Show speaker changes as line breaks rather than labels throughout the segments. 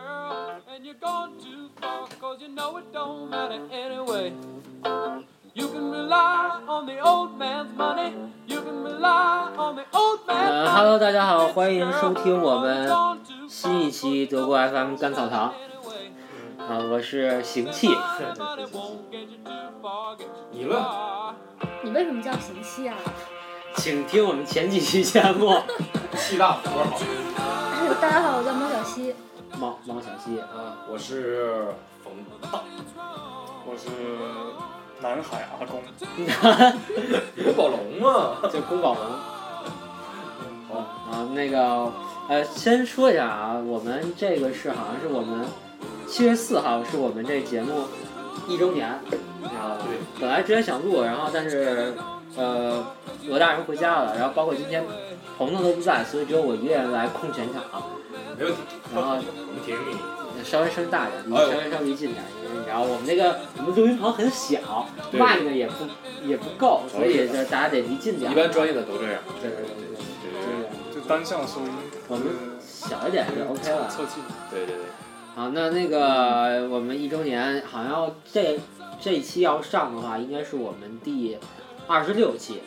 girl, and you're gone too far, cause you know it don't matter anyway. You can rely on the old man's money, you can rely on the old
呃
man's
，Hello，
money.
大家好，欢迎
Girl,
收听我
you're
们啊
gone too
新一期
far,
德国
cause you
FM 甘草堂
anyway.
啊，我是行气，
The money won't get you too far, get you
你
too
问
far.
你为什么叫行气啊？
请听我们前几期节目。
气大活好
哎大家好，我叫毛小溪。
猫猫小溪，
啊！我是冯大，
我是南海阿公，
你不宝龙吗？
就宫保龙。啊，那个，呃，先说一下啊，我们这个是好像是我们七月四号是我们这节目一周年，然后
对
本来之前想录，然后但是呃，罗大人回家了，然后包括今天彤彤都不在，所以只有我一个人来控全场，
没问题，
然后
我们挺你。
稍微声大一点，离
哎呦
稍微稍微近点，因为然后我们那个我们录音棚很小，
对
麦呢也不也不够，所以就大家得离近点。
一般专业的都这样。
对对对对对
对
就单向收音，
我们小一点就 OK 了。
测气，
对对对，
好，那那个我们一周年好像要这这一期要上的话，应该是我们第二十六期。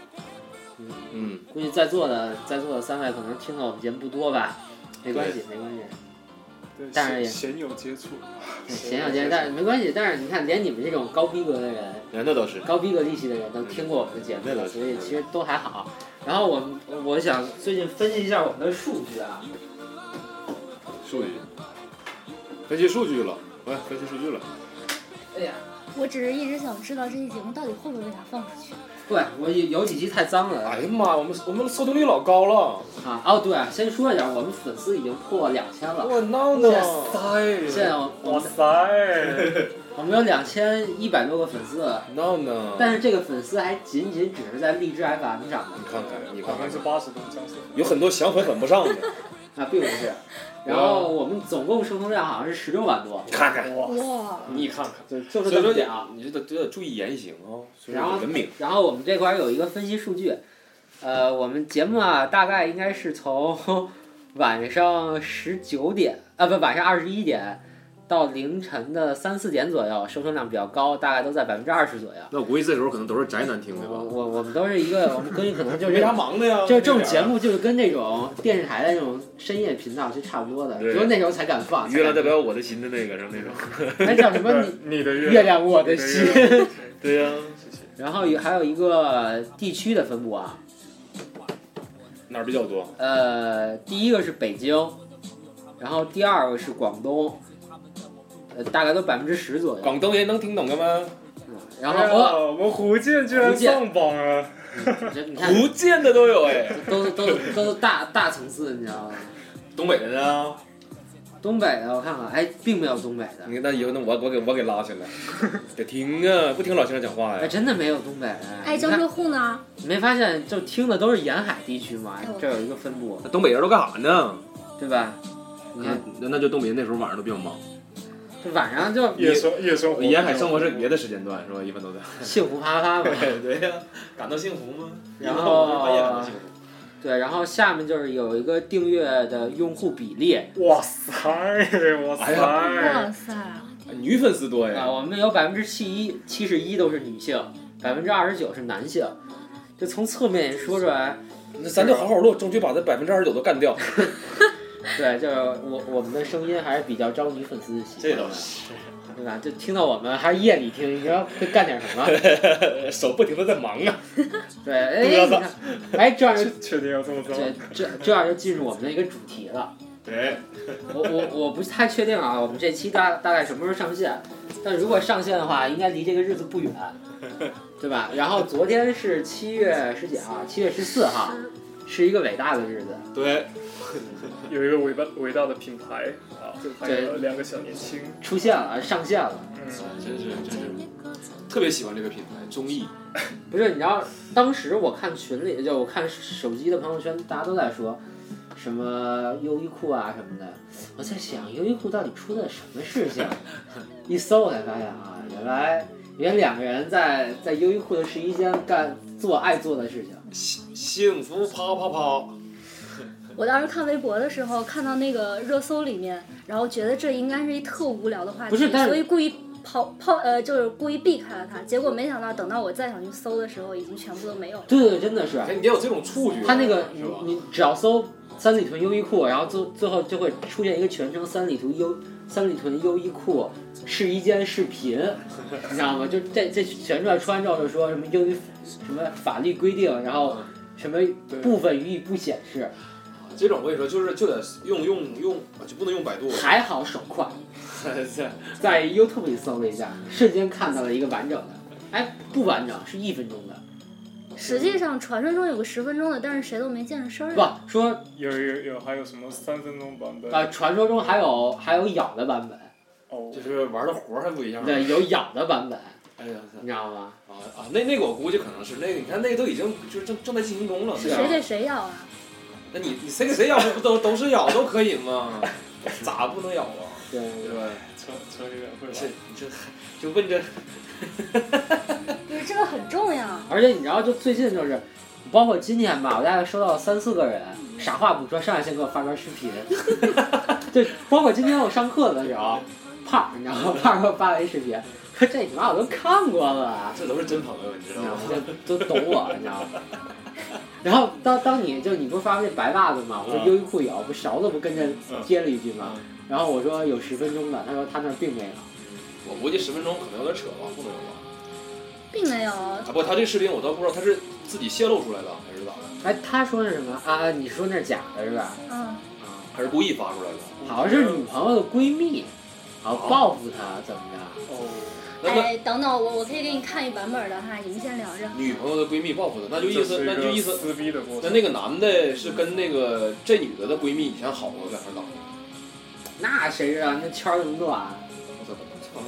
嗯，
嗯，
估计在座的在座的三位可能听到我们节目不多吧，没关系，没关系，
对，
当然也
鲜鲜有接触，
对鲜有接触，但是没关系。但是你看，连你们这种高逼格的人，
人那都是。
高逼格利息的人都听过我们的节目了，所以其实都还好。然后我们我想最近分析一下我们的数据啊，
数据，分析数据了，喂，分析数据了。
哎呀，
我只是一直想知道这期节目到底会不会被他放出去。
对我有有几期太脏了，
哎呀妈，我们我们收听率老高了。
啊，哦对啊，先说一下，我们粉丝已经破两千了，
我闹闹
现在我我
哇
们
塞，
我们有两千一百多个粉丝了，
闹闹。
但是这个粉丝还仅仅只是在荔枝 FM 上
你看看，你看
百分
看
之，八十都僵尸，
有很多想粉粉不上的。
的啊，并不是。然后我们总共收听量好像是十六万多，
你看看，
哇，
哇，
你看看，就就是
所以
这么
说
点啊。
你就得得注意言行啊，所以
然后
说文明。
然后我们这块儿有一个分析数据，呃，我们节目啊，大概应该是从 晚上十九点啊，不，晚上二十一点到凌晨的三四点左右，收听量比较高，大概都在百分之二十左右。
那我估计这时候可能都是宅男听
我
的吧？
我我们都是一个，我们根据可能就
没
是
啥忙的呀。
就这种
啊
节目就是跟那种电视台的那种深夜频道是差不多的，
对
只有那时候才敢放。
月亮代表我的心的那个是那种。
还叫什 么你
你的
月亮我的心
你的月亮
对呀、
然后有还有一个地区的分布啊，
哪儿比较多？
呃，第一个是北京，然后第二个是广东，呃，大概都百分之十左右。
广东人能听懂的吗？
嗯然
哎呀
后哦，
我们福建居然
福建
上榜了，
这你看，
福建的都有哎，
都都都大大层次，你知道吗？
东北的啊呢？
东北的我看看，哎，并没有东北的，
你那以后那我我给我给拉起 来，得听啊，不听老先生讲话
哎，
呀。
真的没有东北的。
哎，
你
江
看
浙沪呢？
你没发现就听的都是沿海地区吗
哦？
这有一个分布，
那东北人都干啥呢？
对吧？你
那
看，
那那就东北人那时候晚上都比较忙，
这晚上就
夜生夜生活，
沿海生活是别的时间段是吧？一般都在。
幸福啪啪嘛。
对呀、感到幸福吗？哦
然
我们半夜感
后
到幸福。
对，然后下面就是有一个订阅的用户比例，
哇塞，哇
哎呀
塞，
哇塞，
女粉丝多
啊，
呀，
我们有百分之七一七十一都是女性，百分之二十九是男性。这从侧面也说出来，
那咱就好好录，争取把这百分之二十九都干掉。
对，就是我我们的声音还是比较招女粉丝的喜欢的，
是，
对吧？就听到我们还是夜里听，你说会干点什么？
手不停的在忙啊。
对，哎，
嘚
你
瑟
看，哎，这样就
确确定要这么着？
这这这样就进入我们的一个主题了。
对，
我我我不太确定啊，我们这期大大概什么时候上线？但如果上线的话，应该离这个日子不远，对吧？然后昨天是七月十几号，七月十四号，是一个伟大的日子。
对，
有一个伟大伟大的品牌啊，还有
对
两个小年轻，
出现了，上线了。
嗯，
哎真是真是，特别喜欢这个品牌，中意。
不是，你知道，当时我看群里，就我看手机的朋友圈，大家都在说什么优衣库啊什么的。我在想，优衣库到底出了什么事情？一搜我才发现啊，原来原来两个人在在优衣库的试衣间干做爱做的事情。
幸幸福啪啪啪，
我当时看微博的时候，看到那个热搜里面，然后觉得这应该是一特无聊的话
不
题
是，但是
所以故意抛抛呃，就是故意避开了它。结果没想到，等到我再想去搜的时候，已经全部都没有了。
对对，对真的是。
哎，你得有这种触觉。
他那个你
是吧？
你只要搜三里屯优衣库，然后最最后就会出现一个全称三里屯优三里屯优衣库试衣间视频，你知道吗？就这这全出来出完之后就说什么优于什么法律规定，然后什么部分予以不显示，
这种我跟你说，就是就得用用用，就不能用百度。
还好手快，在 YouTube 里搜了一下，瞬间看到了一个完整的，哎，不完整是一分钟的，
实际上，传说中有个十分钟的，但是谁都没见着声儿啊。
不说
有有有，还有什么三分钟版本？
啊，传说中还有还有咬的版本，
哦
就，是玩的活儿还不一样。
对，有咬的版本，
哎呀，
你知道吗？
啊啊，那那个我估计可能是那个，你看那个都已经就是正正在进行中了。
是
那
啊
个
谁给谁咬啊？
那你你谁给谁咬不都都是咬都可以吗？ 咋不能咬啊？
对
对吧？
扯扯远会
这
吧？
你这就问这
不是这个很重要。
而且你知道，就最近就是，包括今天吧，我大概收到三四个人
嗯
傻话不说，上来先给我发段视频， 就包括今天我上课的时候，胖，你知道吗？胖给我发了一视频，说这你妈我都看过了，
这都是真朋友，你知
你
道
知道吗
吗？？
就都懂我，你知道吗？ 然后当当你就你不是发那白袜子吗？我说
嗯
优衣库有，不勺子不跟着接了一句吗
嗯？
然后我说有十分钟的，他说他那儿并没有，
我估计十分钟可能有点扯吧，不能有吧？
并没有，
啊不，他这视频我倒不知道他是自己泄露出来的还是咋的，
哎，他说是什么啊？你说那是假的是吧？
嗯，
啊。
还是故意发出来的？
好像是女朋友的闺蜜，好报复她怎么着？
哦，
那那
哎，等等，我我可以给你看一版本的哈，你们先聊着。
女朋友的闺蜜报复的，那就意
这是
思
一
那
个
就意思，
撕逼的过
那
程。
那个男的是跟那个这女的的闺蜜以前好过，在那儿搞的。
那谁知道那圈儿那么乱？
我操！操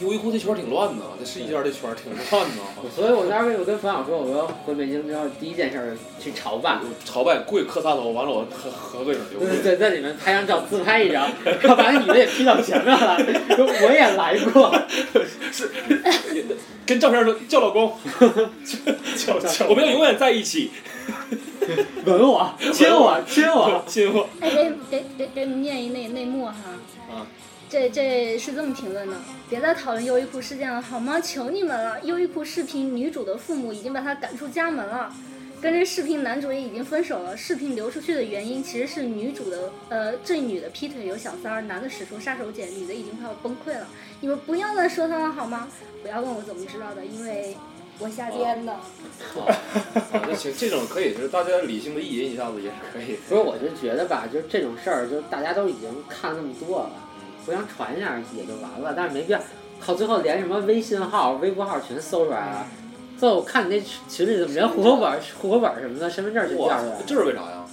优衣库这圈儿挺乱呐，这试衣间儿这圈儿挺乱呐。
所以我当时为什么跟冯淼说，我说回北京之后第一件事儿去朝拜，
朝拜跪磕仨头，完了我合合个影就
对
跪。
对，在里面拍张照自拍一 张，然后把那女的也 P 到前面了， 说我也来过，
跟照片说叫老 公，
叫叫
我们要永远在一 起，
吻我，亲我，亲 我，
亲我。
哎，给给给给你们念一内内幕哈。
啊。
这这是这么评论的：别再讨论优衣库事件了，好吗？求你们了！优衣库视频女主的父母已经把她赶出家门了，跟这视频男主也已经分手了。视频流出去的原因其实是女主的，呃，这女的劈腿有小三儿，男的使出杀手锏，女的已经快要崩溃了。你们不要再说她了，好吗？不要问我怎么知道的，因为我瞎编的。
啊，那行，这种可以，就是大家理性的意淫一下子也是可以。
不是，我就觉得吧，就这种事儿，就大家都已经看那么多了，互相传一下也就完了，但是没必要靠最后连什么微信号、微博号全搜出来了。最后我看你那群里怎么连户口本、户口本什么的、身份证全
哇
调出来，了，
这是为啥呀？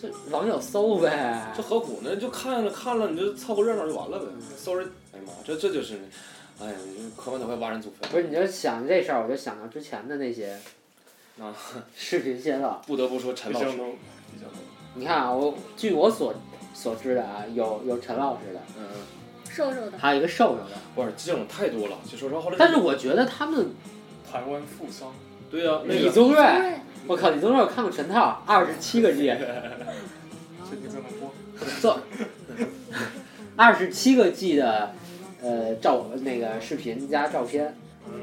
这网友搜呗
这。何苦呢？就看了看了，你就凑个热闹就完了呗。搜人，哎呀妈，这这就是，哎呀，你磕完头快挖人祖坟。
不是，你就想这事儿，我就想到之前的那些
啊
视频泄露。
不得不说，陈
比
老
较
师，
浓，
你看啊，我据我所所知的啊，有有陈老师的，
嗯，
瘦瘦的，
还有一个瘦瘦的，
不是这种太多了。就说实话，后来
但是我觉得他们
台湾富商。
哦
对呀、那
李
个
宗瑞。
对，
我靠，李宗瑞我看过全套，二十七个 G，
最近这么播，
做二十七个 G 的呃照那个视频加照片，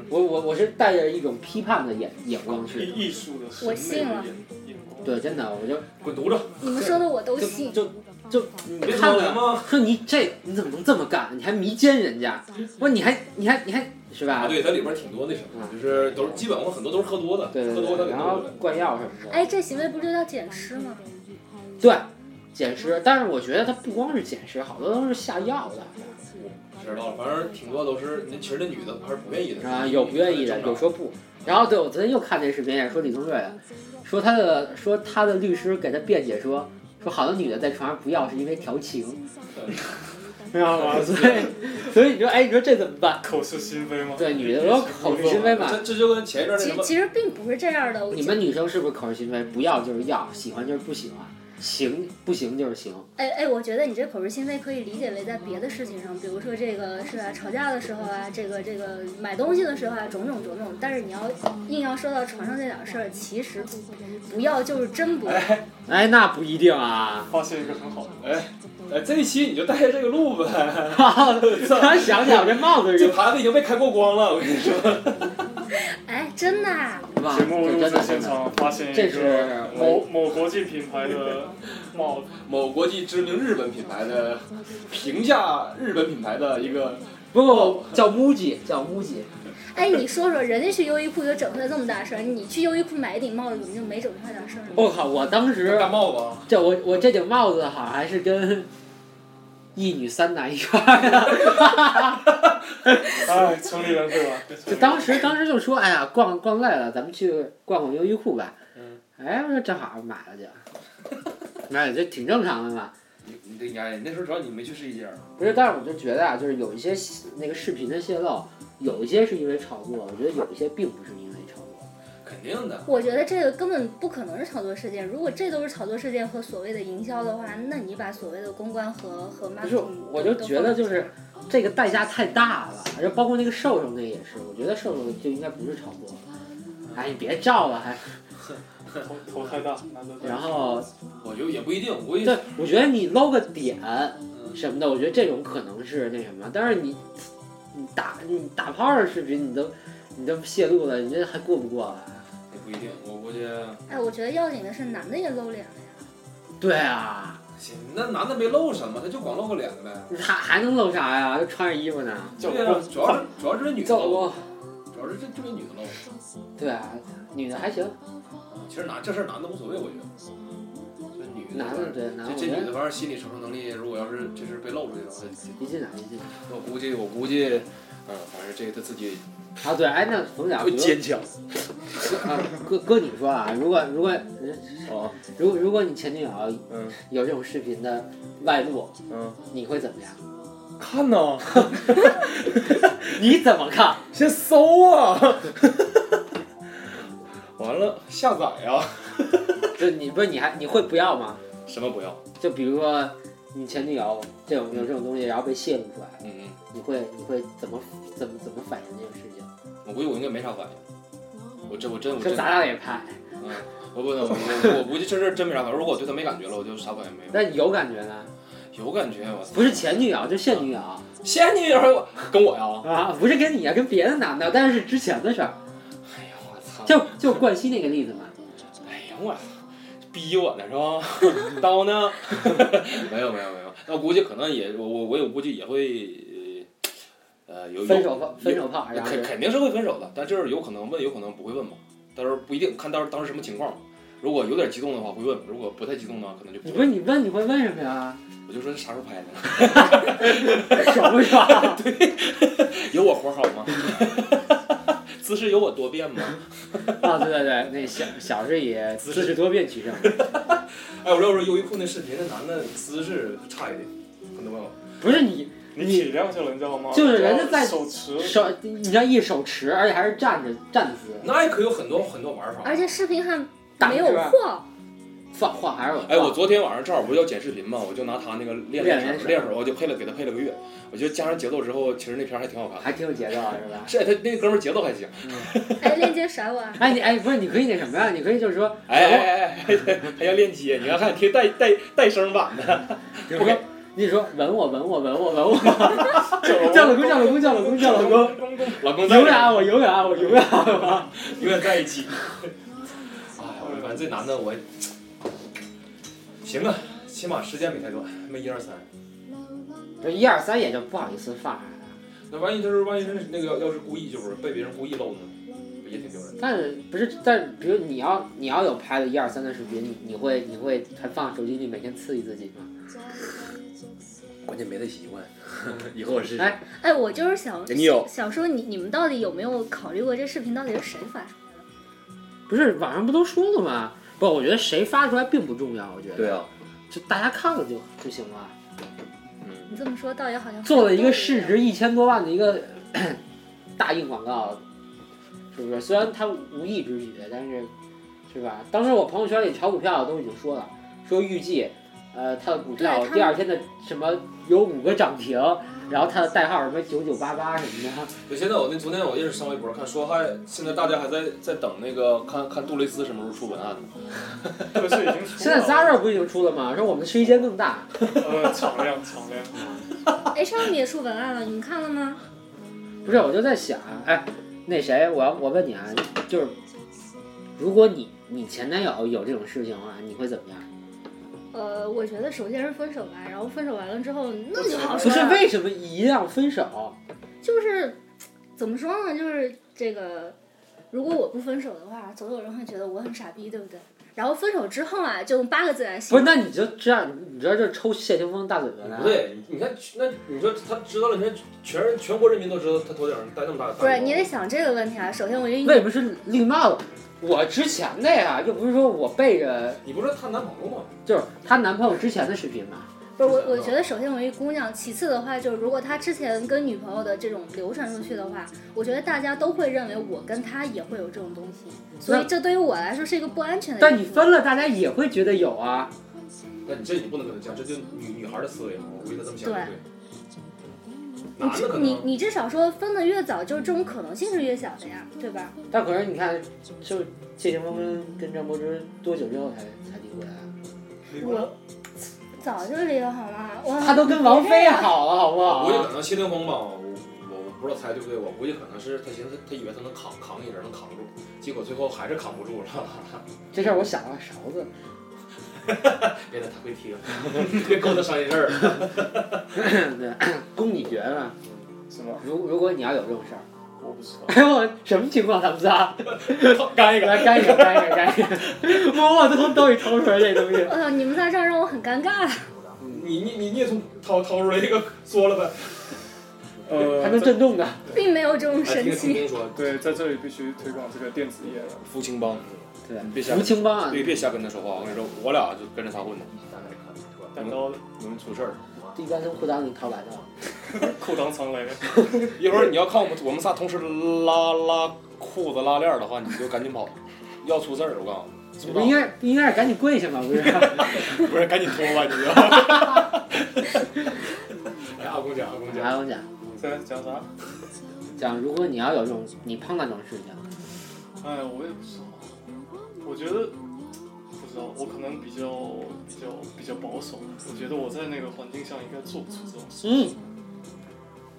我我我是带着一种批判的眼眼光去的，
艺艺术的审
我
美
信
的
了
眼眼光。
对，真的我就
滚犊子，
你们说的我都信。
就就就你
别
看
招人
了，
吗？
说你这你怎么能这么干？你还迷奸人家，
嗯
我说你还你还你还是吧？
啊，对，它里边挺多那什么，就是都是基本上很多都是喝多的，
对
喝多
对
的
对，
给
然
弄
后
出来的。
灌药什么的，
哎，这行为不就叫捡尸吗？
对，捡尸，但是我觉得他不光是捡尸，好多都是下药的。
知道了，反正挺多都是，那其实那女的还是不愿意的
啊，有不愿意的，有说不。然后对我昨天又看那视频，也是说李宗瑞，说他的说他的律师给他辩解说，说好多女的在床上不要是因为调 情，知 道吗？所以所以你说哎，你说这怎么办？
口是心非吗？
对，女的 都口是心非嘛。
这这就跟前一阵那
其
什
实
么，
其实并不是这样的。我
你们女生是不是口是心非？不要就是要，喜欢就是不喜欢。行不行就是行，
哎哎，我觉得你这口是心非可以理解为在别的事情上，比如说这个是吧，吵架的时候啊，这个这个买东西的时候啊，种种种种。但是你要硬要说到床上这点事儿，其实不要就是真不要。
哎，那不一定 啊。
发现一个很好的，哎，哎，这一期你就带着这个录呗。
突然想起来，我这帽子
这
扔
牌子已经被开过光了，我跟你说。
哎，真的啊，
哇，
节
这
目
真
录
的
制
真
现
的，
场发现
这
一
是
个某某国际品牌的帽子，
某国际知名日本品牌的评价日本品牌的一个，
不不不叫 MUJI 叫 MUJI，
哎，你说说，人家去优衣库就整出来这么大事儿，你去优衣库买一顶帽子，怎么就没整出来点事儿呢？
我靠，我当时
感冒吧？
这我我这顶帽子好像还是跟一女三男一块儿的。
哎，城里人对吧？
就当时当时就说，哎呀，逛逛累了，咱们去逛逛优衣库吧。
嗯
哎，我说正好买了就，买了就挺正常的嘛。
你你这哎，那时候主要你没去试衣间，
不是，但是我就觉得啊，就是有一些那个视频的泄露，有一些是因为炒作，我觉得有一些并不是因为炒作。
肯定的。
我觉得这个根本不可能是炒作事件。如果这都是炒作事件和所谓的营销的话，那你把所谓的公关和和
不是
marketing，
我就
都
觉得就是这个代价太大了，而且包括那个瘦瘦那也是，我觉得瘦瘦就应该不是炒作。哎，你别照了，还
头头太大，难得
然后
我觉得也不一定，我也
对，我觉得你搂个点
嗯
什么的，我觉得这种可能是那什么，但是你你打你打炮的视频，你都你都泄露了，你这还过不过啊了？
也不一定，我估计
哎，我觉得要紧的是男的也露脸了呀。
对啊，
行，那男的没露什么，他就光露个脸呗。
还还能露啥呀？就穿着衣服呢。
就
对啊，主要是主要是这女的
走
露，
不？
主要是这这个女的露。嗯
对啊，女的还行，
其实男这事儿男的无所谓，我觉得。这女的，
男的对男的，
这
我
嗯这
觉
女
得
的反正心理承受能力，如果要是这是被露出去的话，
一进来一进来。
我估计我估计，嗯，反正这个他自己
啊对，哎那冯甲，我觉得
强。
啊哥哥你说啊，如果如果
哦，
如果如果你前女友
嗯
有这种视频的外露，
嗯，
你会怎么样？
看呐，
嗯
你怎么看？
先搜啊。完了，
下载啊呀，
就你不是你还你会不要吗？
什么不要？
就比如说你前女友这种有这种东西，然后被泄露出来，
嗯，
你会你会怎么怎么怎么反应这个事情？
我估计我应该没啥反应。我这我真我真
就，咱俩也拍，
嗯，我不能，我我我估计这事儿真没啥反应。如果我对他没感觉了，我就啥反应没有。
但你有感觉呢？
有感觉啊我操
不是前女友，就现女友
现女友跟我呀？
啊，不是跟你啊，跟别的男的，但是之前的事儿，
哎呀，我操！
就就冠希那个例子嘛。
哎呀，我操，逼我呢是吧？ 刀呢？没有没有没有，那我估计可能也我我我有估计也会，呃，有有
分手炮，分手炮，然后
肯肯定是会分手的，但就是有可能问，有可能不会问吧，到时候不一定看到时候当时什么情况。如果有点激动的话会问，如果不太激动呢，可能就
你
不
不是
问。
你问你会问什么 呀？
我就说是啥时候拍的，
爽不爽？
有我活好吗？ 姿势有我多变吗？
啊，对对对，那小小是以姿势多变取胜。
哎，我要说优衣库那视频，那男的姿势差一点，很多朋友。
不是你
你体谅一下人家好吗？
就是人家在
手持
手，你知道一手持，而且还是站着站姿，
那也可有很多很多玩法。
而且视频还
挡啊
没有
是吧
货，
放话还是我
哎，我昨天晚上正好不是要剪视频嘛，我就拿他那个练
练
练
练
手
手
练手，我就配了给他配了个乐，我觉得加上节奏之后，其实那片儿还挺好看的。
还挺有节奏的是吧？
是他那哥们儿节奏还行，
哎，链接甩我啊！
哎，你哎，不是，你可以那什么呀？你可以就是说，
哎哎哎哎哎， 嗯还要链接，你看还听带带带声版 的，
比如
不给
说，你说吻我，吻我，吻我，吻我，
叫
叫老公，叫老公，叫老公，叫老公，
老公在
永远爱啊我，永远爱我，永远啊爱我。
永远在一 起。哎呀，我反正这男的我，行啊，起码时间没太短，没一二三。
这一二三也就不好意思放啊上来了，
那万一他是万一是那个要要是故意就是被别人故意露呢，也挺丢人。
但是不是？但是比如你要你要有拍的一二三的视频，你你会你会还放手机里每天刺激自己吗？
关键没他习惯， 以后我试
哎
哎，我就是想
你有
想说你你们到底有没有考虑过这视频到底是谁发出来的？
不是，网上不都说了吗？不，我觉得谁发出来并不重要，我觉得，
啊，
就大家看了就就行了。啊
嗯，
你这么说倒也好像
做了一个市值一千多万的一个 大硬广告，是不是？虽然他无意之举，但是是吧？当时我朋友圈里炒股票的都已经说了，说预计，呃，它的股票
对它
第二天的什么有五个涨停，然后它的代号什么九九八八什么的。
对，现在我那昨天我也是上微博看，说还现在大家还在在等那个看看杜蕾斯什么时候出文案啊呢。
这个是已经出了
现在 Zara 不已经出了吗？说我们的试衣间更大。
呃敞亮敞亮，
H&M 也出文案了，你们看了吗？
不是，我就在想，哎，那谁，我要我问你啊，就是如果你你前男友有这种事情的话，你会怎么样？
呃，我觉得首先是分手吧，然后分手完了之后，那就好
不
说
是
了。
为什么一定要分手？
就是怎么说呢？就是这个，如果我不分手的话，总有人会觉得我很傻逼，对不对？然后分手之后啊，就用八个字来
不
形
是，
容。
那你就这样，你知道这抽谢霆锋大嘴巴呢？啊
不，对，你看那你说他知道了，你看全人全国人民都知道他头顶上戴那么大的大
不是，
帽
你得想这个问题啊。首先，我觉得你
为什么是绿帽子？我之前的呀，又不是说我背着，
你不是说她男朋友吗？
就是她男朋友之前的视频嘛。
不是我，我觉得首先我一姑娘，其次的话就是，如果她之前跟女朋友的这种流传出去的话，我觉得大家都会认为我跟她也会有这种东西，所以这对于我来说是一个不安全的。
但你，分了，大家也会觉得有啊。
那你这你不能跟他讲，这就女女孩的思维嘛，我估计他这么想不对。
你
男的可
你
能
你至少说分的越早，就是这种可能性是越小的呀，对吧？
但可是你看，就谢霆锋跟跟张柏芝多久之后才才离婚啊？
我早就离了好吗？我
他都跟王菲啊好了，好不
我估计
好？
可能谢霆锋吧，我我我不知道猜对不对，我估计可能是他寻思他以为他能扛扛一阵儿能扛住，结果最后还是扛不住了。
这事儿我想了，勺 子。
别的他 会听，别跟他商议事儿。
对，供你觉得呢？
是吗？
如如果你要有这种事儿，
我不知道。
哎我什么情况？咱们仨
干一个，
来干一个，干一个，干一个，默默从兜里掏出来这东西。
我操！哎你们仨这样让我很尴尬。啊
你你你你也从掏掏出来一个说了呗。
呃，
还能震动啊的。
并没有这种神
哎听听
奇。
听说
对，在这里必须推广这个电子业了。
嗯
福清帮，
对，
别瞎
吴青帮啊，
别别瞎跟他说话，我跟你说，我俩就跟着他混的，
蛋糕
容易出事儿。
一般从裤裆里掏白的。
裤裆藏雷，
一会儿你要看我们我们仨同时拉拉裤子拉链儿的话，你就赶紧跑，要出事儿，我告诉你知不
不
知
应
道。
该应该是赶紧跪下吗？不是，
不是，赶紧脱吧，你就。 来，阿公讲，阿公 讲。
还我讲
在讲啥？
讲，如果你要有这种你碰到这种事情，
哎，我也不知道。嗯我觉得不知道，我可能比较比较比较保守。我觉得我在那个环境下应该做不出这种事。
嗯，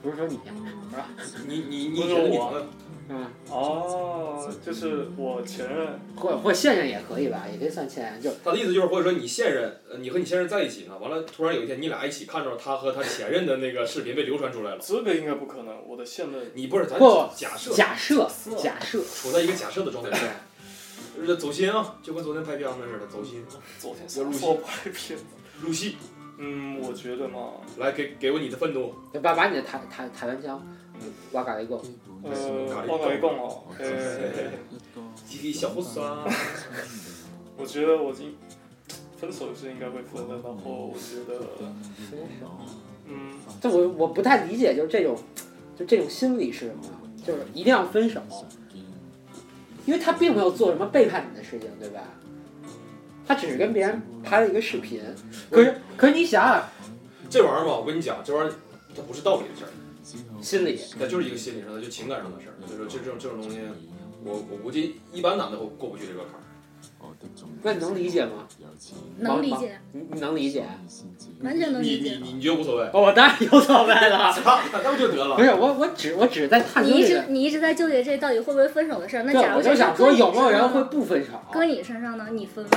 不是说你，
你你
不
你
是
觉得你
我
呢
嗯，
哦，就是我前任，
或或现任也可以吧，也可以算现任，就
他的意思就是，或者说你现任，呃你和你现任在一起呢，完了突然有一天你俩一起看着他和他前任的那个视频被流传出来了。
这个应该不可能。我的现任，
你不是咱
不
假设
假设
是吗
假设，
处在一个假设的状态下，就是走心啊，就跟昨天拍片子似的走心
昨天
要入戏
说拍片。
入戏。
嗯，我觉得嘛，
来给给我你的愤怒，
就把把你的台台台湾腔
嗯，
挖嘎一个，
呃，我哪一共哦？呃，
几个小不三，
我觉得我已经分手是应该会分的，然后我觉得，嗯，
这我我不太理解，就是这种就这种心理是什么？就是一定要分手，因为他并没有做什么背叛你的事情，对吧？他只是跟别人拍了一个视频，可是可是你想啊想，
这玩意儿吧，我跟你讲，这玩意儿它不是道理的事儿，
心理
它就是一个心理上的，就情感上的事儿。所以说这这种这种东西，我我估计一般男的过过不去这个坎儿。
那你能理解吗？
能理解，
你你能理解？
完全能
你
理
你
解。
你你觉得无所谓，
哦，我当然有所谓了。
那不就得了
不？是我，我只我只是在探究
你一
这
直
个。
你一直在纠结这到底会不会分手的事儿。那
对，
假
我就
如这是
想
搁
说
你
有没有
身
人
上
会
呢
不分手？
搁你身上呢？你分吗？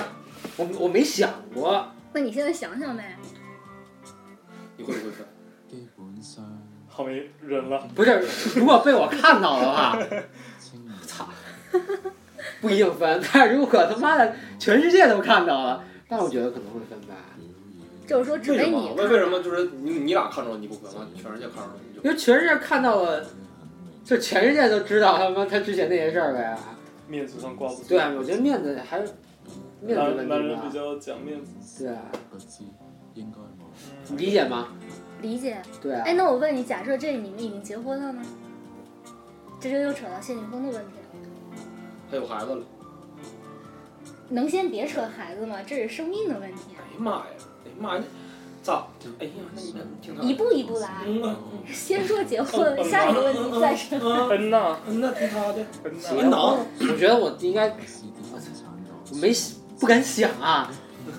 我我没想过，
那你现在想想呗。
你会不会分？
好没人了，
不是，如果被我看到的话，操，不一定分。但是如果他妈的全世界都看到了，那我觉得可能会分吧。
就是说，只
为什
被
么
你？
为为什么就是你你俩看着了你不分吗？全世界看着了你就
因为全世界看到了，就全世界都知道他妈他之前那些事儿了呀。
面子上挂不住。
对，啊我觉得面子还是面子
男
问
男
题
人比
吧。
较讲面子。
对啊，你
嗯
理解吗？
理解。
对啊
哎，。那我问你，假设这你们已经结婚了呢？这就又扯到谢霆锋的问题了。
他有孩子了，
能先别扯孩子吗？这是生命的问题，
哎呀妈呀，哎呀妈呀，咋？哎呀，那你们听他
一步一步来。
嗯啊
先说结婚，下一个问题再说。
嗯啊
嗯呐，
嗯那听他的，
嗯呐，
文囊，
我觉得我应该，我操，我没不敢想 啊，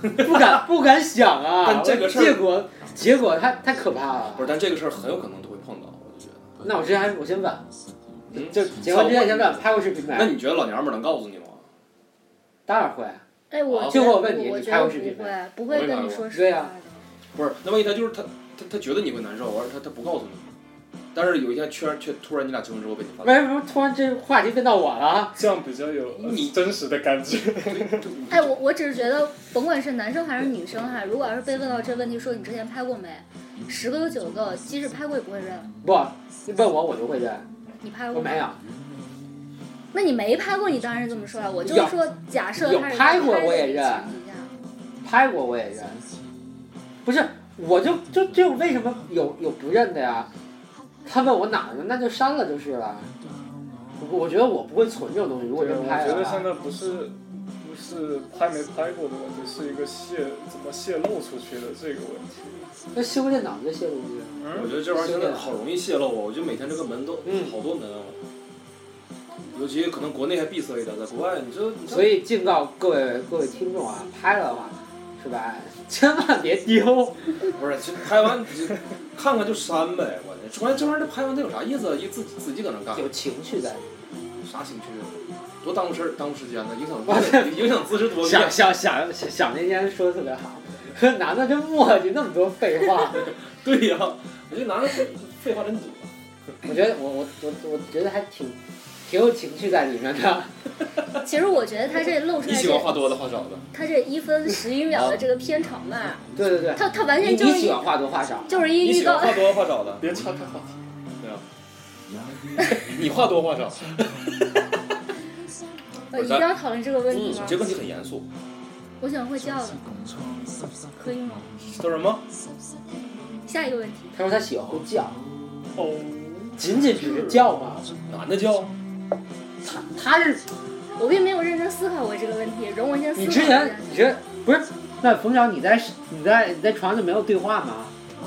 不敢不敢想啊。
但这个事儿
结果结果太太可怕了。
不是，但这个事儿很有可能都会碰到，我就觉得。
那我之前还我先问，
嗯
就结婚之前先问拍过视频
那
没？
你觉得老娘们儿能告诉你吗？
当然会啊，
哎，我
就
觉
我
得
问你
我
你
觉
拍
得
过
不
视频
会，不
我
会
也
跟
看
你
过
说实
对
话
啊
的。
不是，那万一他就是他他他觉得你会难受，完了他他不告诉你，但是有一天突然却突然你俩结婚之后被你发
为
现，
什么突然这话题变到我了啊？
这样比较有
你
真实的感觉。
哎，我我只是觉得，甭管是男生还是女生哈，如果要是被问到这问题，说你之前拍过没，十个有九个，即使拍过也不会认。
不，你问我我就会认，
你拍
我
过吗
没？有，
那你没拍过，你当然是这么说了。我就
有
是说，假设
有
他是
拍过
的
我也
情
认
况下
拍过我也认，不是，我就就就为什么有有不认的呀？他问我哪儿呢，那就删了就是了。我我觉得我不会存这种东西，如果
对，
真
我
拍
觉
了
得
的
现
话，
在不是不是拍没拍过的问题，是一个泄怎么泄露出去的这个问题。
那修电脑就泄露去了。
嗯
我觉得这玩意儿现在好容易泄露啊！我觉得每天这个门都
嗯
好多门啊，尤其可能国内还闭塞一点，在国外你这你这
所以警告各位各位听众啊，拍了的话，是吧？ 千万别丢。
不是就拍完你就看看就删呗，我这关键这玩意儿拍完它有啥意思啊？一自己自己搁那干，
有情绪在里
啥兴趣啊？多耽误事儿，耽误时间呢，影响
我这
影响姿势多
面。
厉害
想！想想想想那天说的特别好， 说男的真磨叽那么多废话。
对呀、我觉得男的废话真多。
我觉得我我我我觉得还挺挺有情绪在里面的。
嗯其实我觉得他这露出
你
来
喜欢
这
话多的话少的？
他这一分十一秒的这个片长吧，
对对对，
他他完
你
全就
你
是
喜
一
欢话多话少？
就是一
你
预
喜欢
告。
话多话少的？啊
别岔开话题。
你话多话少？
呃，一定要讨论这个问
嗯
题吗，
这？问题很严肃。
我想会叫的，可以吗？
叫什么？
下一个问题，
他说他喜欢会叫，
哦，
仅仅只是叫嘛。
男的叫？
他他是
我并没有认真思考过这个问题，容我先思考
你
一下。
之前你这不是？那冯小你在你在你在床上就没有对话吗？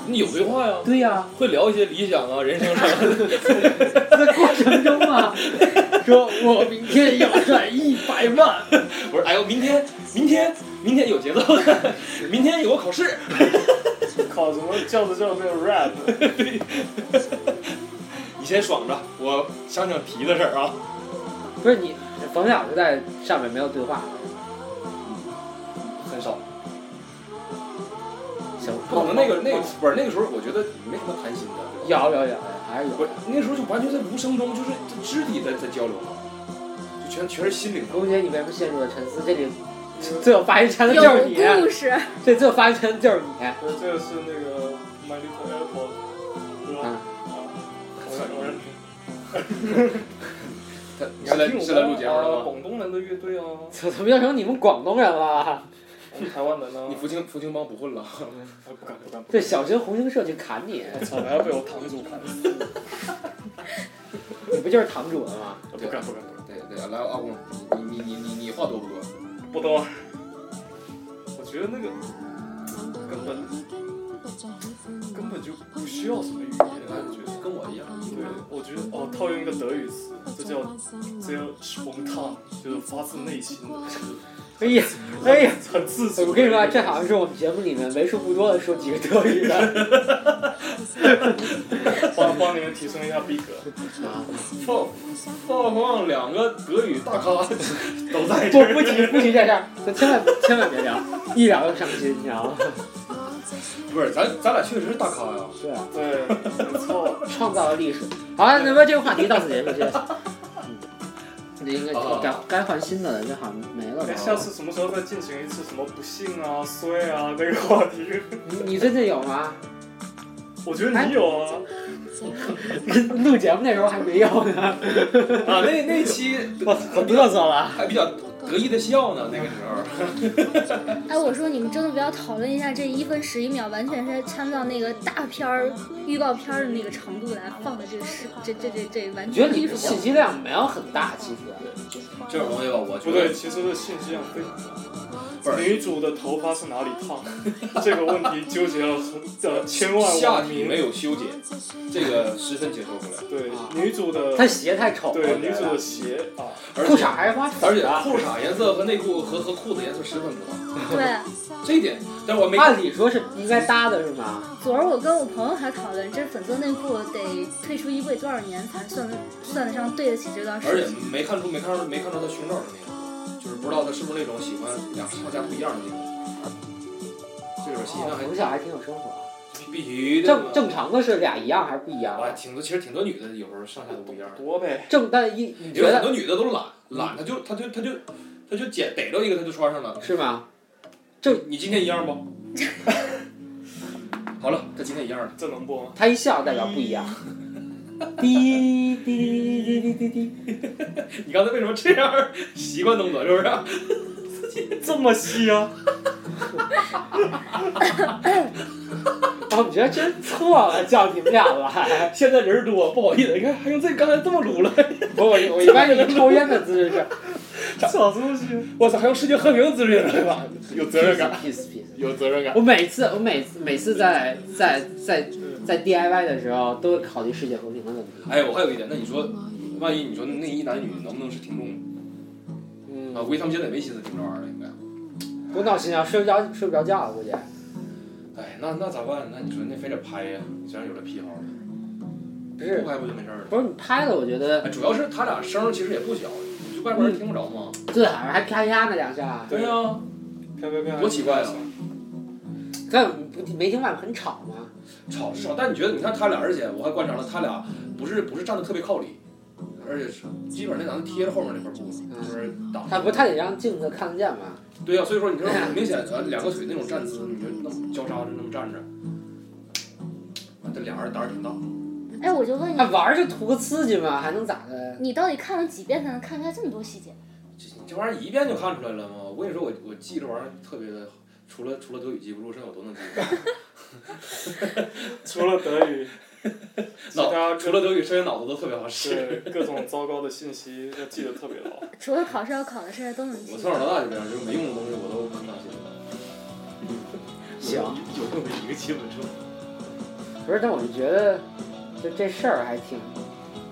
你有对话呀？
对呀、
会聊一些理想啊、人生啥的。
在过程中啊， 说我明天要赚一百万，
不是，哎呦，明天，明天，明天有节奏的，明天有个考试。
靠，怎么叫着叫着变 rap？
你先爽着，我想想皮的事儿啊。
不是你冯小就在上面没有对话吗？
很少，
行，
不可能那个那个不是那个时候，我觉得没什么谈心的。对吧
有有有还是有
不是那时候就完全在无声中，就是这肢体在在交流嘛，就全全是心灵上。
龚姐，你为什么陷入了沉思？这里最有发言权的就是你，啊
有故事，
这最有发言权的就是你。啊
不是，这个是那个 My Little Airport，对吧？啊，我认
他你是来你是来录节目了吗？
广东人的乐队啊，
怎么变成你们广东人了？啊
我们台湾人啊
你。福清福清帮不混了，
不敢不敢，
对，小心红星社去砍你，啊
我操！我要被我堂主砍死。
你不就是堂主了吗？
不敢不敢不
对对，来阿公，你你你你你话多不多？
敢，不多。我觉得那个根本根本就不需要什么语言，
那你觉得跟我一样？
对，我觉得哦，套用一个德语词，这叫这叫 spontan，就是发自内心的，
哎呀，哎呀，
很自主。
我跟你说啊，这好像是我们节目里面为数不多的说几个德语的。
帮帮你们提升一下逼格。
放放放两个德语大 咖都在这
不不
儿，
提不提这事儿，咱千万千万别聊，一聊就伤心，你知 道吗？
不是咱咱俩确实是大咖呀。
对啊，
对，没错。
创造了历史。好了，那么这个话题到此结束， 谢谢。嗯，那应该
啊
该该换新的了，这好像没了吧
哎，？下次什么时候再进行一次什么不幸啊、衰啊那个话题？
你你最近有吗？
我觉得你有啊。
录节目那时候还没有呢，
啊，那那期
哎我可嘚瑟了。啊
还比较得意的笑呢，那个时候。
哎，我说你们真的不要讨论一下这一分十一秒，完全是参照那个大片儿、预告片儿的那个长度来放的这个是这这这这完
我觉
全
得你
艺
的
术
信
性。
息量没有很大，其实。
这种东西吧，我觉
不对，
得
其实这信息量非常大。
不是
女主的头发是哪里 烫？这个问题纠结了很呃千万
下
万
体
民。
没有啊修剪，这个十分接受不了。
对，女主的
他鞋太丑了，
对
我觉
女
得
主的鞋啊，
而
裤
且
衩还是花筒
而且
的
裤衩颜色和内裤和和裤子颜色十分不搭，
对，
这一点，但是我没
按理说是应该搭的是吗？
昨儿我跟我朋友还讨论，这粉色内裤得退出衣柜多少年才算得算得上对得起这段
而
事
且
情？
没看出没看出没看出他胸罩的那种，就是不知道他是不是那种喜欢两上下不一样的那种。这种形象还
哦从小还挺有生活。
必须的嘛
啊正。正常的是俩一样还是不一样
哇，
的？
挺多，其实挺多女的有时候上下都不一样。
多呗。
正但一你觉
有很
得
多女的都懒，懒，她就她就她就她就捡逮着一个她就穿上了。
是吗？
就你今天一样不？ 好了，她今天一样了。
这能播吗？
他一笑代表不一 样。滴滴滴滴滴滴滴
你刚才为什么这样习惯动作？是不啊是？
这么细啊？
哦，我觉得真错了，叫你们俩来。
现在人多，不好意思，你看还用这刚才这么撸了，
不，我我一般以抽烟的姿势是
少出去。
我操，还用世界和平姿势呢，对吧？
有责任感，
peace peace。
有责任感。
我每次我每次每次在在在在 DIY 的时候，都会考虑世界和平的问题。
哎，我还有一点，那你说，万一你说那一男女能不能是听众啊？
嗯，
估计他们现在也没心思听这玩意儿了，应该。
我脑心啊想睡不着睡不着觉了，啊估计。
哎，那那咋办？那你说那非得拍呀？你虽然有这癖好，
不
不
是
拍不就没事儿了？
不是，你拍了，我觉得
哎，主要是他俩声儿其实也不小，你就外边人听不着吗？
最好还啪啪那两下。啊
对
呀、
啪啪啪！
多奇怪啊！
但你不你没听外面很吵吗？
吵是吵，但你觉得，你看他俩，而且我还观察了，他俩不是不是站的特别靠里，而且是基本上那男的贴着后面那块布，就是挡。
他不他得让镜子看得见吗？
对呀、啊所以说你说很明显，呃，两个腿那种站姿，你就那么交叉着那么站着，啊这俩人胆儿挺大。
哎，我就问你
那，玩儿是图个刺激嘛，还能咋的？
你到底看了几遍才能看出来这么多细节？
这这玩意儿一遍就看出来了吗？我跟你说，我我记这玩意儿特别的，除了除了德语记不住，剩下我都能记住。
除了德语，其他
除了德语，剩下脑子都特别好使。
是各种糟糕的信息要记得特别牢。
除了考试要考的事儿都能记
我。从小到大就这样，就是没用的东西我都不当心。
行
有用的一个基本上。
不是，但我就觉得，就这事儿还挺，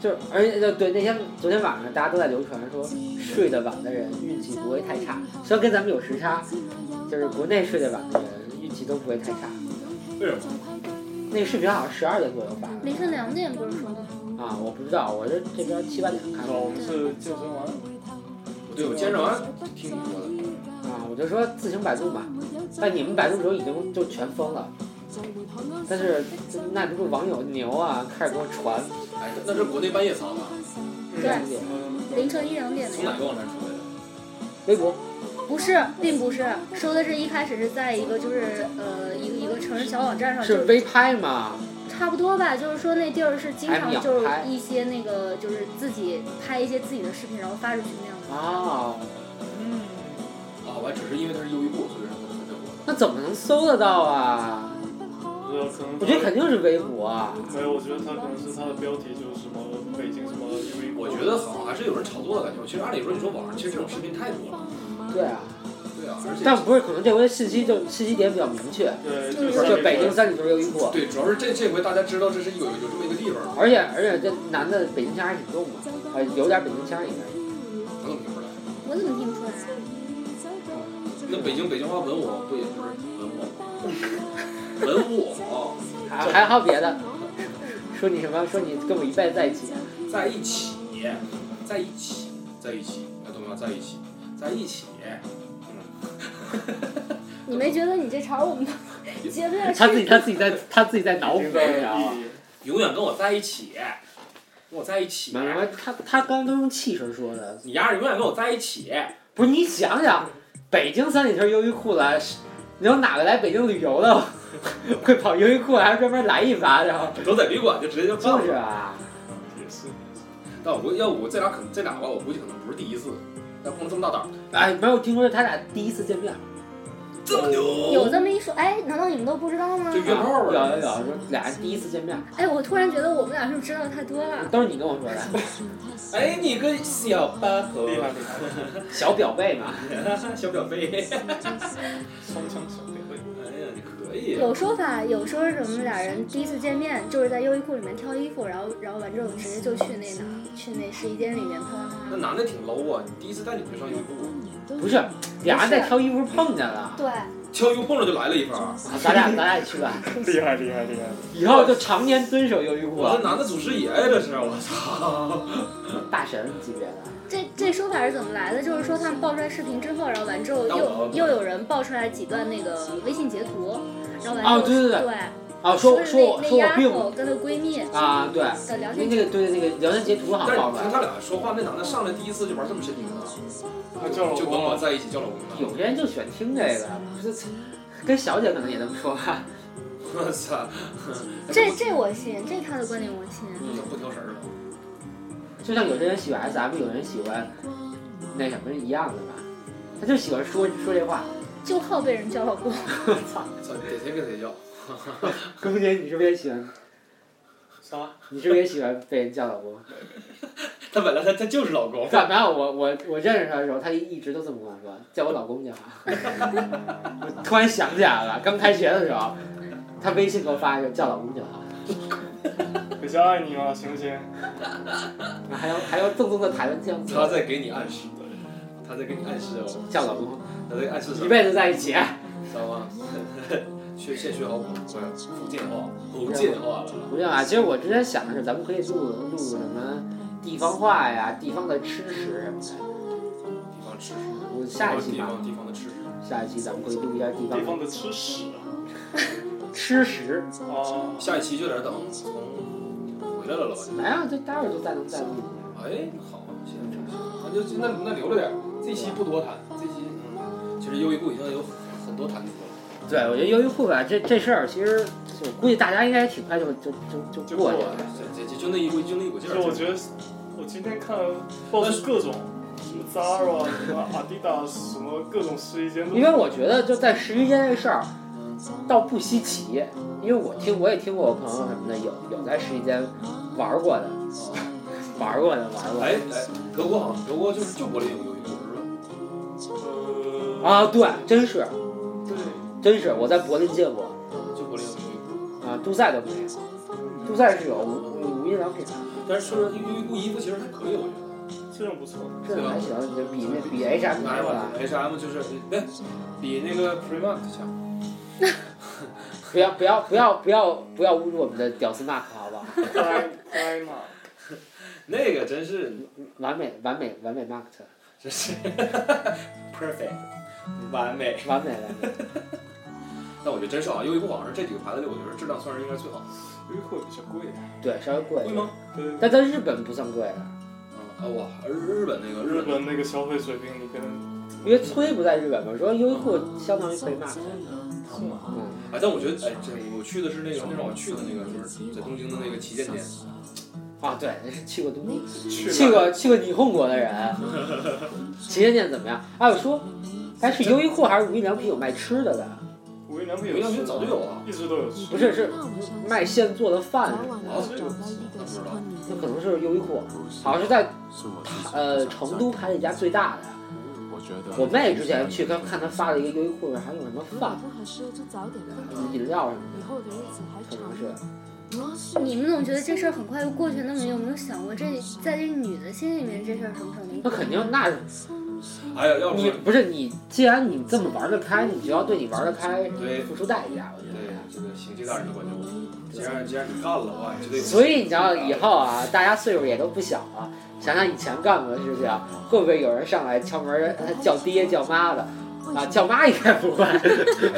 就是而且就对那天昨天晚上大家都在流传说，睡得晚的人运气不会太差，虽然跟咱们有时差，就是国内睡得晚的人运气都不会太差。
为什么？
那个视频好像十二点左右发
凌晨两点不是说吗？
的啊，我不知道，我这这边七八点看的
我们是健身完，
对，我健身完听你说的。
啊，我就说自行百度嘛，但你们百度的时候已经就全封了，但是那如果网友牛啊，开始给我传，
哎，那是国内半夜发吧？
对凌
嗯，
晨一两点的
从
呀
哪？个网站出来的？
微博
不是，并不是说的是一开始是在一个就是呃一个一个成人小网站上，就是
微拍嘛，
差不多吧，就是说那地儿是经
还
常
秒
就是
拍
一些那个就是自己拍一些自己的视频，然后发出去那样的。
啊，
啊，我还只是因为它是优衣库，所以说它才火
那怎么能搜得到啊？
不知道呃可能
我觉得肯定是微博啊，
没有，我觉得他可能是他的标题就是什么北京什么优
的。
衣库。
我觉得好像还是有人炒作的感觉。其实按理说，你说网上其实这种视频太多了。
对啊，
对啊，而且
但不是，可能这回信息就信息点比较明确，
嗯
对，就是
就北京三里屯优衣库，
对，主要是这这回大家知道这是有有这么一个地方，
而且而且这男的北京腔还挺重的，呃，有点北京腔应该。
我怎么听不出来？
我怎么听不出来？
那北京北京话文我不也就是文我？文我
还还好别的，说你什么？说你跟我一辈子在一起，
在一起，在一起，在一起，那懂吗？在一起，在一起。
你没觉得你这茬我们 都接不下
他自己
去？
他自己在他自己在脑补，
已
你
经
知道
在
啊
吗？
永远跟我在一起，跟我在一起
没。有，没有他他刚刚都用气声说的，
你丫永远跟我在一起。
不是你想想，北京三里屯优衣库来，你有哪个来北京旅游的 会跑优衣库还专门来一发的？
都在旅馆就直接就放
就是
了。
啊，
也是，
但我估计要我这俩可能这俩吧，我估计可能不是第一次，但不能这么大胆儿。
哎，没有听说他俩第一次见面，
这么牛
有这么一说，哎，难道你们都不知道吗
就？约炮
有
呗。
有有，说俩人第一次见面，
哎，我突然觉得我们俩是不是知道太多了？
都是你跟我说的，
哎，你个小八婆，
厉害厉害，
小表妹嘛。
小表妹。
双枪小对位。
哎呀，你可以。
有说法，有说是什么俩人第一次见面就是在优衣库里面挑衣服，然后然后完之后直接就去那哪儿，去那试衣间里面啪啪
那
啪。
男的挺 low 啊！你第一次带女的上优衣库，
不是，俩人在挑衣服碰见了，
对，
敲衣服蹦着就来了一发。
啊咱俩咱俩也去吧，
厉害厉害厉害！
以后就常年遵守优衣库
我
啊
这，男的祖师爷呀，这是我操！
大神级别的。
这这说法是怎么来的？就是说他们爆出来视频之后，然后完之后
那我
又又有人爆出来几段那个微信截图，然后完之后、
哦对对对啊，说
说是
说我
那
说我
那丫
并
头跟她闺蜜
啊，对，
的聊
那那
天记
个对那个聊天截图好
但
像
是
爆出
你听
来了，
他俩说话，那男的上来第一次就玩这么深情啊，
他叫老
就跟
公
我
了，
在一起叫老公了。
有些人就喜欢听这个，不是跟小姐可能也这么说吧。
我操！
录，这这我信，这他的观点我信。
你不挑食儿了。
就像有些人喜欢 SM，有人喜欢那什么一样的吧，他就喜欢说说这话。
就好被人叫老公。
操，
操，得谁跟谁叫。
公姐，你是不是也喜欢？
啥？
你是不是也喜欢被人叫老 公？
他本来他他就是老公。
怎么样？我我我认识他的时候，他一直都这么跟我说，叫我老公就好。 我突然想起来了，刚开学的时候，他微信给我发一个叫老公就好，
我叫爱你嘛，行不行？
还要还要赠送的台湾腔，
他在给你暗示，他在给你暗示哦，
叫老公，
他在暗示什
一
么？
辈子在一起。啊
知道吗？学现学好普通福建话，福建话了。
不用啊，其实我之前想的是，咱们可以录录什么地方话呀，地方的吃食什么的。
地方吃，
我下一期
哦地
吧，
方地方的吃。
下一期咱们可以录一下地
地
方
方的吃屎
吃食。
啊！哦，
下一期就得等从回来了了吧？
来啊，就待会儿就再能再录一下。
哎，好，行，那就那那留着点，这期不多谈，这期嗯，其实优衣库已经有很多谈资了。
对，我觉得优衣库吧，这这事儿其实我估计大家应该挺快就就就就
就
过
过
去
去
了
了。
这这就那一股就那一股
其
劲
实我
儿。
觉得，我今天看了爆出各种什么 Zara、什么 Adidas、什么各种试衣间都
因为我觉得就在试衣间这事儿，倒不稀奇，因为我听我也听过我朋友什么的有有在试衣间玩过的， 玩过的玩过的。
哎哎，德国好像德国就是就柏林有优衣库是吧？
呃
啊，对，真是
对，
真是，我在柏林见过。
就柏林有优衣库，
啊，杜塞都没有，杜塞是有无无印良品，
但是说优衣库衣服其实还可以，我觉得。
质量不错。
这还行，就比那比 H M
哎
强
我
吧？
H M 就是对，比那个 Primark 强。
不要不要不要不要不要侮辱我们的屌丝 Mark 好不好？
Prime Prime 嘛，
那个真是
完美完美完美 Mark，
真是 perfect，完美。
完美 完美。
但我觉得真是啊，优衣库好像是这几个牌子里，我觉得质量算是应该最好的。
优衣库也比较贵。
对，稍微贵一
贵
点
吗，？
对，
但在日本不算贵的，
嗯啊哇，日日本那个
日
日本
本那个消费水平，你跟
因为崔不在日本嘛，说优衣库相当于被 Mark。
是吗？
嗯，
哎，但我觉得哎，这我去的是那个那让我去的那个，就是在东京的那个旗舰店。
啊，对，是去过东京，
去
去
了
过去过霓虹国的人，旗舰店怎么样？哎，我说，哎，是优衣库还是无印良品有卖吃的的？
无印良品
无印
有
良
吃
品
的
早就有啊，
一直都有吃。
不是是卖现做的饭什么的。
啊，这个我不知道。
那可能是优衣库，好像是在呃成都排了一家最大的。我妹之前去刚看她发了一个优衣库，还有什么饭、饮料什么的，可能是。
你们总觉得这事儿很快就过去，那么有没有想过这在这女的心里面这事儿什么时候能
那
过去？
肯定，那
哎呀，要不
你
是
不是你，既然你这么玩得开，你就要对你玩得开
对
付出代价，我觉
对
得。
这个行，这大人的关注，既然既然你干了哇，就得。
所以你知道以后啊，大家岁数也都不小了，想想以前干过的事情，啊会不会有人上来敲门呃叫爹叫妈的？啊，叫妈应该不会。
哎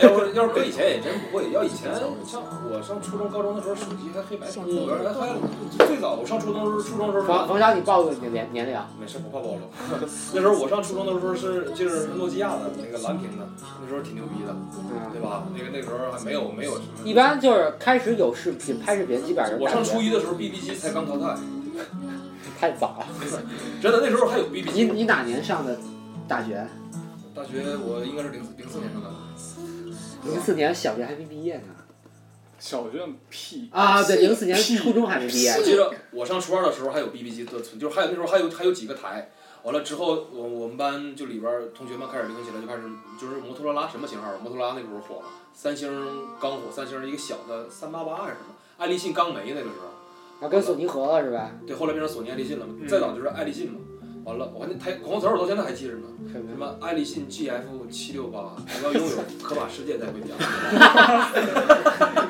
要是要是搁以前也真不会，要以前像我上初中、高中的时候，手机还黑白屏，我还还最早我上初中的时候，初中的时
冯
候
冯潇，你报过你的年年龄？啊
没事不怕暴露。那时候我上初中的时候是就是诺基亚的那个蓝屏的，那时候挺牛逼的，
嗯
对吧？那个那时候还没有没有什么。
一般就是开始有视频拍视频，基本上就
我
感
上
觉
初一的时候，BB 机才刚淘汰，
太早了。
真的那时候还有 BB
你
机。
你哪年上的大
啊
学
大学我应该是零零四年
嗯
上的，
零四年小学还没毕业呢。
小学屁，
啊，对，零四年
屁
初中还没毕业
我。记得我上初二的时候还有 BB 机的存，就是还有那时候还有还有几个台。完了之后，我我们班就里边儿同学们开始流行起来，就开始就是摩托罗拉什么型号，摩托罗拉那个时候火了，三星刚火，三星一个小的三八八还是什么，爱立信刚没那个时候，
啊，跟索尼合了是吧？
对，后来变成索尼爱立信了嘛，
嗯
再早就是爱立信嘛。完了，我那台广告词儿我到现在还记着呢，
什
什
么？
么爱立信 GF 七六八，我要拥有，可把世界带回家。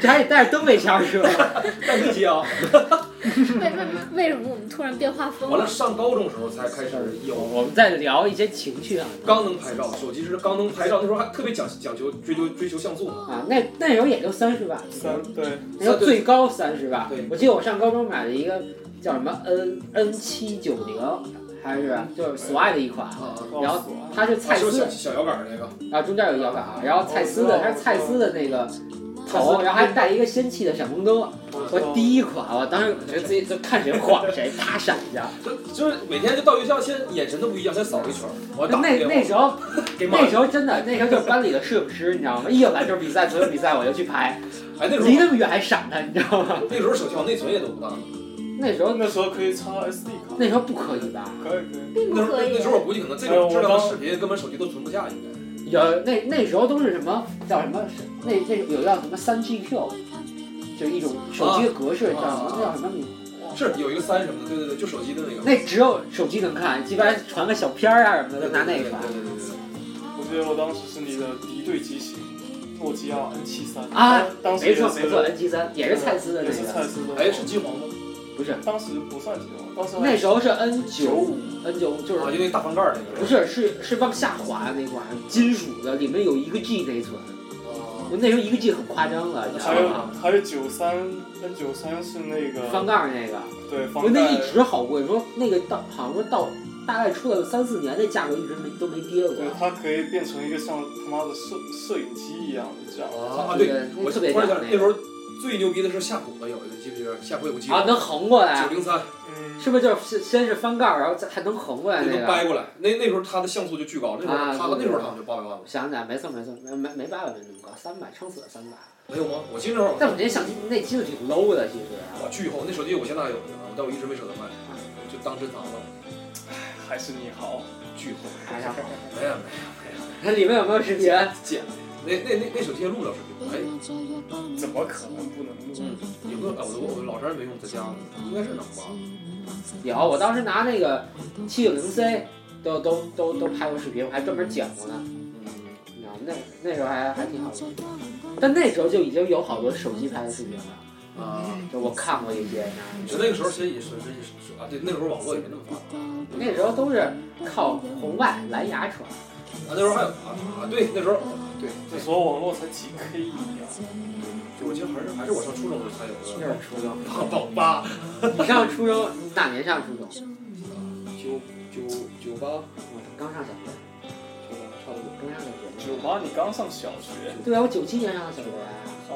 这还得带着东北腔是吧？
带回家。
为为为什么我们突然变画风
完了，
了？
上高中时候才开始有
我们再聊一些情趣啊。
刚能拍照，手机是刚能拍照，那时候还特别讲讲求追求追求像素嘛。
啊，那那时候也就三十吧，
三对，
那时候最高三十吧
对。
我记得我上高中买了一个叫什么 N N 七九零，还是就是索爱的一款，
啊，
然后它是蔡
是不啊是哦
司
小，小摇杆儿那个？
啊，中间有摇杆，然后蔡司的，它是蔡司的那
哦
个头，然后还带一个仙气的闪光灯。我
哦
一
第一款，我当时我觉得自己就看谁晃谁，啪闪一下。
就就是每天就到学校，先眼神都不一样，先扫一圈儿，我打
那
个
那
电
时候
话给骂
那。时候真的，那时候就是班里的摄影师，你知道吗？一有篮球比赛、足球比赛，我就去拍，
哎，那时
离
候
那么远还闪他，你知道吗？
那时候手机好像内存也都不大，
那时候
那时候可以插 SD 卡，
那时候不可以吧？
可以可以，
并
那
不
时候
可以
那。时候我估计可能这
哎
种
我
质量的
刚
视频根本手机都存不下，应该。
有那那时候都是什么叫什么？那那有叫什么三 GQ，就是一种手机的格式，叫什么？那叫什么？
是有一个三什么的，对对对，就手机的那个。
那只有手机能看，基本上传个小片儿啊什么的，就拿那个发
对对对对
我记得我当时是你的敌对机型，诺基亚 N 七三
啊，
当时
没
也
错
是
没错，N 7 3也是蔡司的那
也是蔡
个，
司的，
对。哎，是金黄吗？
不是
当时不算金融，当时还
那时候是 N 9 5 N 9就是
啊，就那大翻盖儿那个。
不是，是是往下滑的那款，金属的，里面有一个 G 内存。
啊。
我那时候一个 G 很夸张了，你知
还
道
有
吗？
还有
啊
九三 N 九三是那
翻
个
盖儿那个，
对
我
方
那
盖
一，直好贵，说那个到好像说到大概出了三四年，那价格一直没都没跌过。啊
对它可以变成一个像他妈的摄摄影机一样的这样，
啊，对，我
特
突
别
然
屌
想起来，
那
那时
个
候最牛逼的是下鼓的，有一个记不记得？下鼓有个机
啊，能横过来
九，零三，
嗯，
是不是就是先先是翻盖儿，然后再还能横过来
那
那
能
个？
掰过来。那那时候它的像素就巨高，那时
啊
候它
对
那时候
对
好像就八百万吧
我。想起来，没错没错，没没没八百没那么高，三百撑死了三百。
没有吗？哎我记得那会
但
儿
我这相机那机子挺 low 的，其实。啊
我巨厚，那手机我现在还有呢，但我一直没舍得卖，
嗯
就当珍藏了，
还是你好，
巨厚。
哎呀，
没有没
那里面有没有视频？
有，捡的。那那那那手机也录不了视频，哎，
怎么可能不能录？
也不能，哎我我我老丈人没用，在家应该是能吧？
有，我当时拿那个七九零 C 都都都都拍过视频，我还专门剪过呢。
嗯，
你知道吗？那那时候还还挺好用的，但那时候就已经有好多手机拍的视频了，
啊，
就我看过一些。
你说那个时候其实也是是是啊，对，那时候网络也没那么发达。
那时候都是靠红外蓝牙传，
啊，那时候还有啊啊，对，那时候对
那
对，
时候网络才几 K 一啊，
就我记得好像是还是我上初中的时候才有
那
的。
是初中。
胖宝八
你上初中哪年上初中？
九九九八，
我刚上小学，
九八差不多。
刚上小学。
九八你刚上小学
对啊，我九七年上的小学，
啊，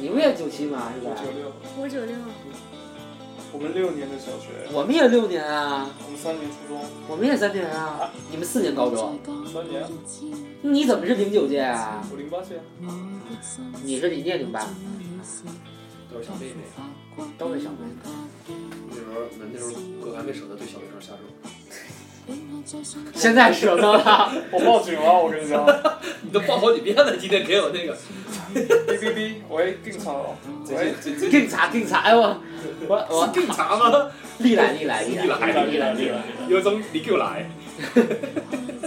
你们也九七嘛是吧？
九六，
我九六，
我们六年的小学，
我们也六年啊，
我们三年初中，
我们也三年啊，你们四年高中，
三年
你怎么是零九届啊？
我零八届，
你是你也零八，
都是小妹妹，
都是小妹。
那时候那那时候我还没舍得对小学生下手，
现在舍得了。
我哦报警了，我跟你 讲，
你都报好几遍了，今天给我那个，
哔哔哔，喂，定场了，喂。
这这
更惨更惨！哎我我
是
我
警察吗？
历来历来历
你
来，
来，
你来，你来，
有种你给我来，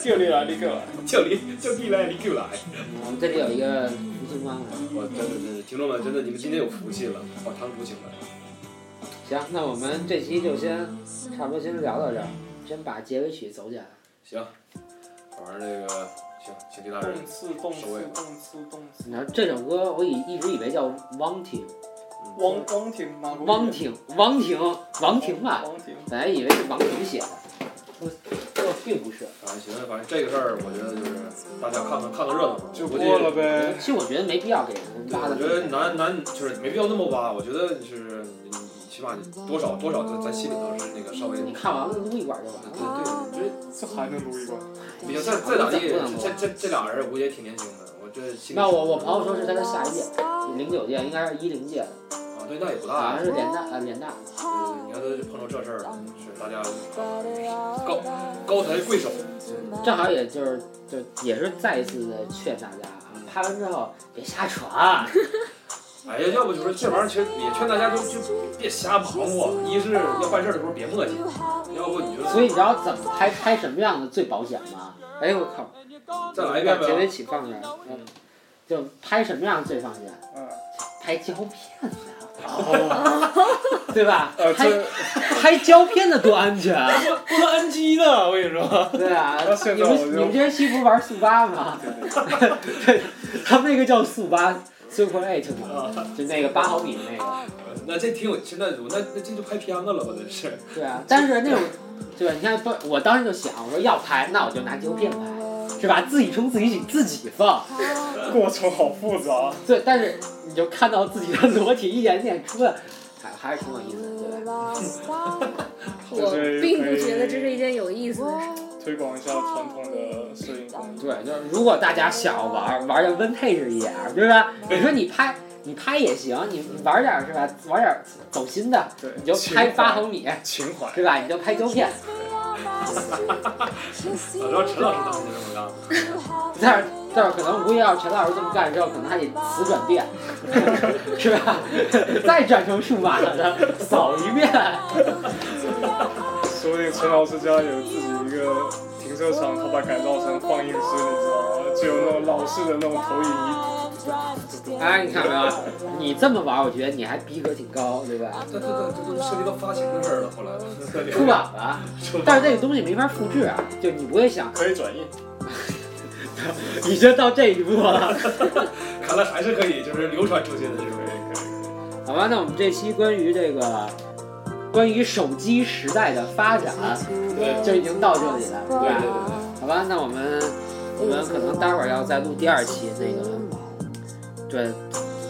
就你来，你给我。
叫你叫你来，你给我来。
我们这里有一个福星光的。
我真的真的，听众们真的，你们今天有福气了，把堂主请来。
行，那我们这期就先差不多先聊到这儿，先把结尾曲走起来。
行，反正这个行，请替大人
动，次动次动次动次。
你知道这首歌我以一直以为叫汪婷，
汪汪婷，哪个？
汪婷，汪婷，王婷啊吧，
汪婷。
本来以为是王婷写的，我我并不是。
反正行，反正这个事儿，我觉得就是大家看看看个热闹嘛，
就
估计
过了呗。
其实我觉得没必要给人
对，
拉的
我觉得男男就是没必要那么挖，我觉得就是你你起码你多少多少在在心里头是那个稍微，对哦
你看完了撸一管就完了。
对，就是
这还能撸一管？
不行，再再咋地，
不能
这这这俩人我估计也挺年轻的，我这心里
那我我朋友说是他是下一届，零九届应该是一零届，
啊，对，那也不
好像
大呀。
是联大啊联大。
呃你看都碰到这事儿了，是大家高高抬贵手，
正好也就是就也是再一次的劝大家啊，拍完之后别瞎啊传，
哎呀，要不就是这玩意儿，其实也劝大家就就别瞎忙活。一是要办事儿的时候别磨叽，要不你就
所以你知道怎么拍拍什么样的最保险吗？哎我靠，
再来一遍
结尾
呗。
起放这儿，嗯，就拍什么样最放心？
嗯，
拍胶片的。 对吧？
啊
呃，
拍
这
拍胶片的多安全，啊
不能 NG 的，我跟你
呃
说。
对啊
那。现
你
在我就
们你们这些戏不是玩速八吗？
对 对
对，他们那个叫速八 Super Eight 嘛，就那个八毫米那个。
那这挺有现代主，那那这就拍片子了吧？这是。
对啊，但是那种，对吧？你看，不，我当时就想，我说要拍，那我就拿胶片拍，是吧？自己冲自己洗，自己放。
对过程好复杂。啊
对，但是你就看到自己的裸体一点点出来，还还是挺有意思的，对吧？
我并不觉得这是一件有意思的事。
推广一下传统的摄影工艺。
对，就是如果大家想要玩，玩的 vintage 一点儿，对吧？你说你拍。你拍也行，你你玩点儿是吧？玩点儿走心的，
对，
你就拍八毫米，
情怀。
对吧？你就拍胶片，
早知道陈老师当时就这么干了。
但是但是可能估计要是陈老师这么干之后，可能还得磁转变， 是吧？再转成数码的，扫一遍。
说不定陈老师家有自己一个停车场，他把改造成放映室，你知道吗？就有那种老式的那种投影仪。
哎，你看没有？你这么玩，我觉得你还逼格挺高，对吧？
对对对，这就涉及到发行的事儿了。后 来，
出 版了，但是这个东西没法复制啊，就你不会想
可以转印，
已经到这一步了。
看来还是可以，就是流传出去的这种人。
好吧，那我们这期关于这个。关于手机时代的发展，
对
就已经到这里了，对
对
吧？
对对
好吧，那我们我们可能待会儿要再录第二期那个，对，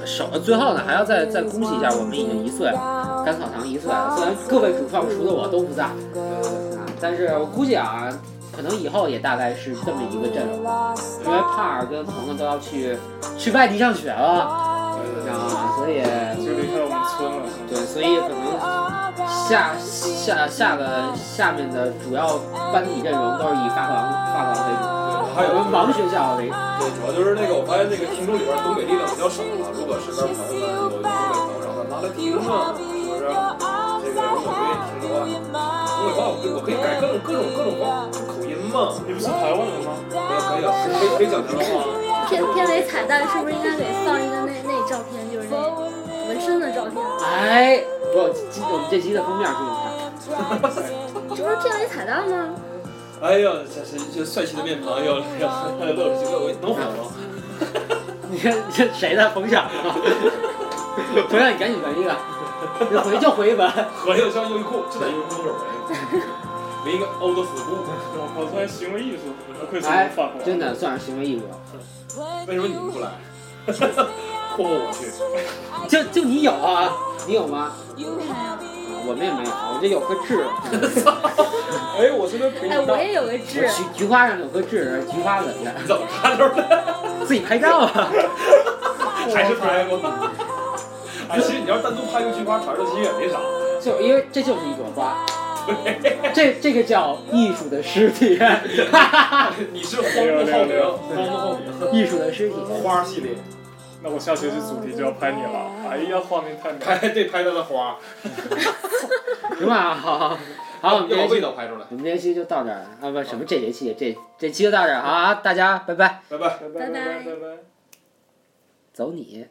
首最后呢还要再再恭喜一下，我们已经一岁了，甘草堂一岁了，虽然各位主创除了我都不在啊，但是我估计啊，可能以后也大概是这么一个阵容，因为胖儿跟鹏鹏都要去去外地上学了，你知道吗？所以
对，就离开我们村了。是
对，所以可能下下下个下面的主要班底阵容都是以发廊发廊为主。
对，呃还有
我们盲学校为
对，主要就是那个，我发现那个听众里边东北力量比较少啊。如果身边朋友们有东北朋友啥的，拉来听啊，是不是？这个如果不愿意听的话，东北话我可以我可以改各种各种各种话口音嘛，
你哎不是台湾人吗？
可以可以啊，可以可以讲台湾话。
片片尾彩蛋是不是应该给放一个那那照片，就是那纹身的照片？
哎，不，我们这期的封面注意看，
这不是片尾彩蛋吗？
哎呀，这是这帅气的面啊庞要要哎露出去了，我能火吗？
你看这谁的冯响啊？ 冯响，你赶紧纹一个，你回就回一纹。
合着像优衣库，就在优衣库门口儿没一个欧的死库。
我靠，突然行为艺术，不愧是我
哎
们法国，
真的算是行为艺术了，
为什么你们不来？霍霍我去。哎
就就你有啊？你有吗？啊我们也没有，我这有颗 痣，
哎，我真的比你
哎，我
大。
也有个
我
痣，
菊菊花上有颗痣，菊花纹的，
你怎么看出来？
自己拍照啊。
还是拍过？ 哎，其实你要单独拍个菊花，传出去也没啥。
就因为这就是一朵花，
哦
这这个叫艺术的尸 体，
你是荒木浩明，荒木浩明，
艺术的 尸体。
花系列，
那我下学期主题就要拍你了。哎呀，画面太美了。
拍对拍他的花，
行吧，好好好，我们
要
这
把味
期
道拍出来。
我们这期就到这儿啊，不什么这学期这这期就到这儿好啊，大家拜拜，
拜拜。
拜拜拜拜拜拜。
走你。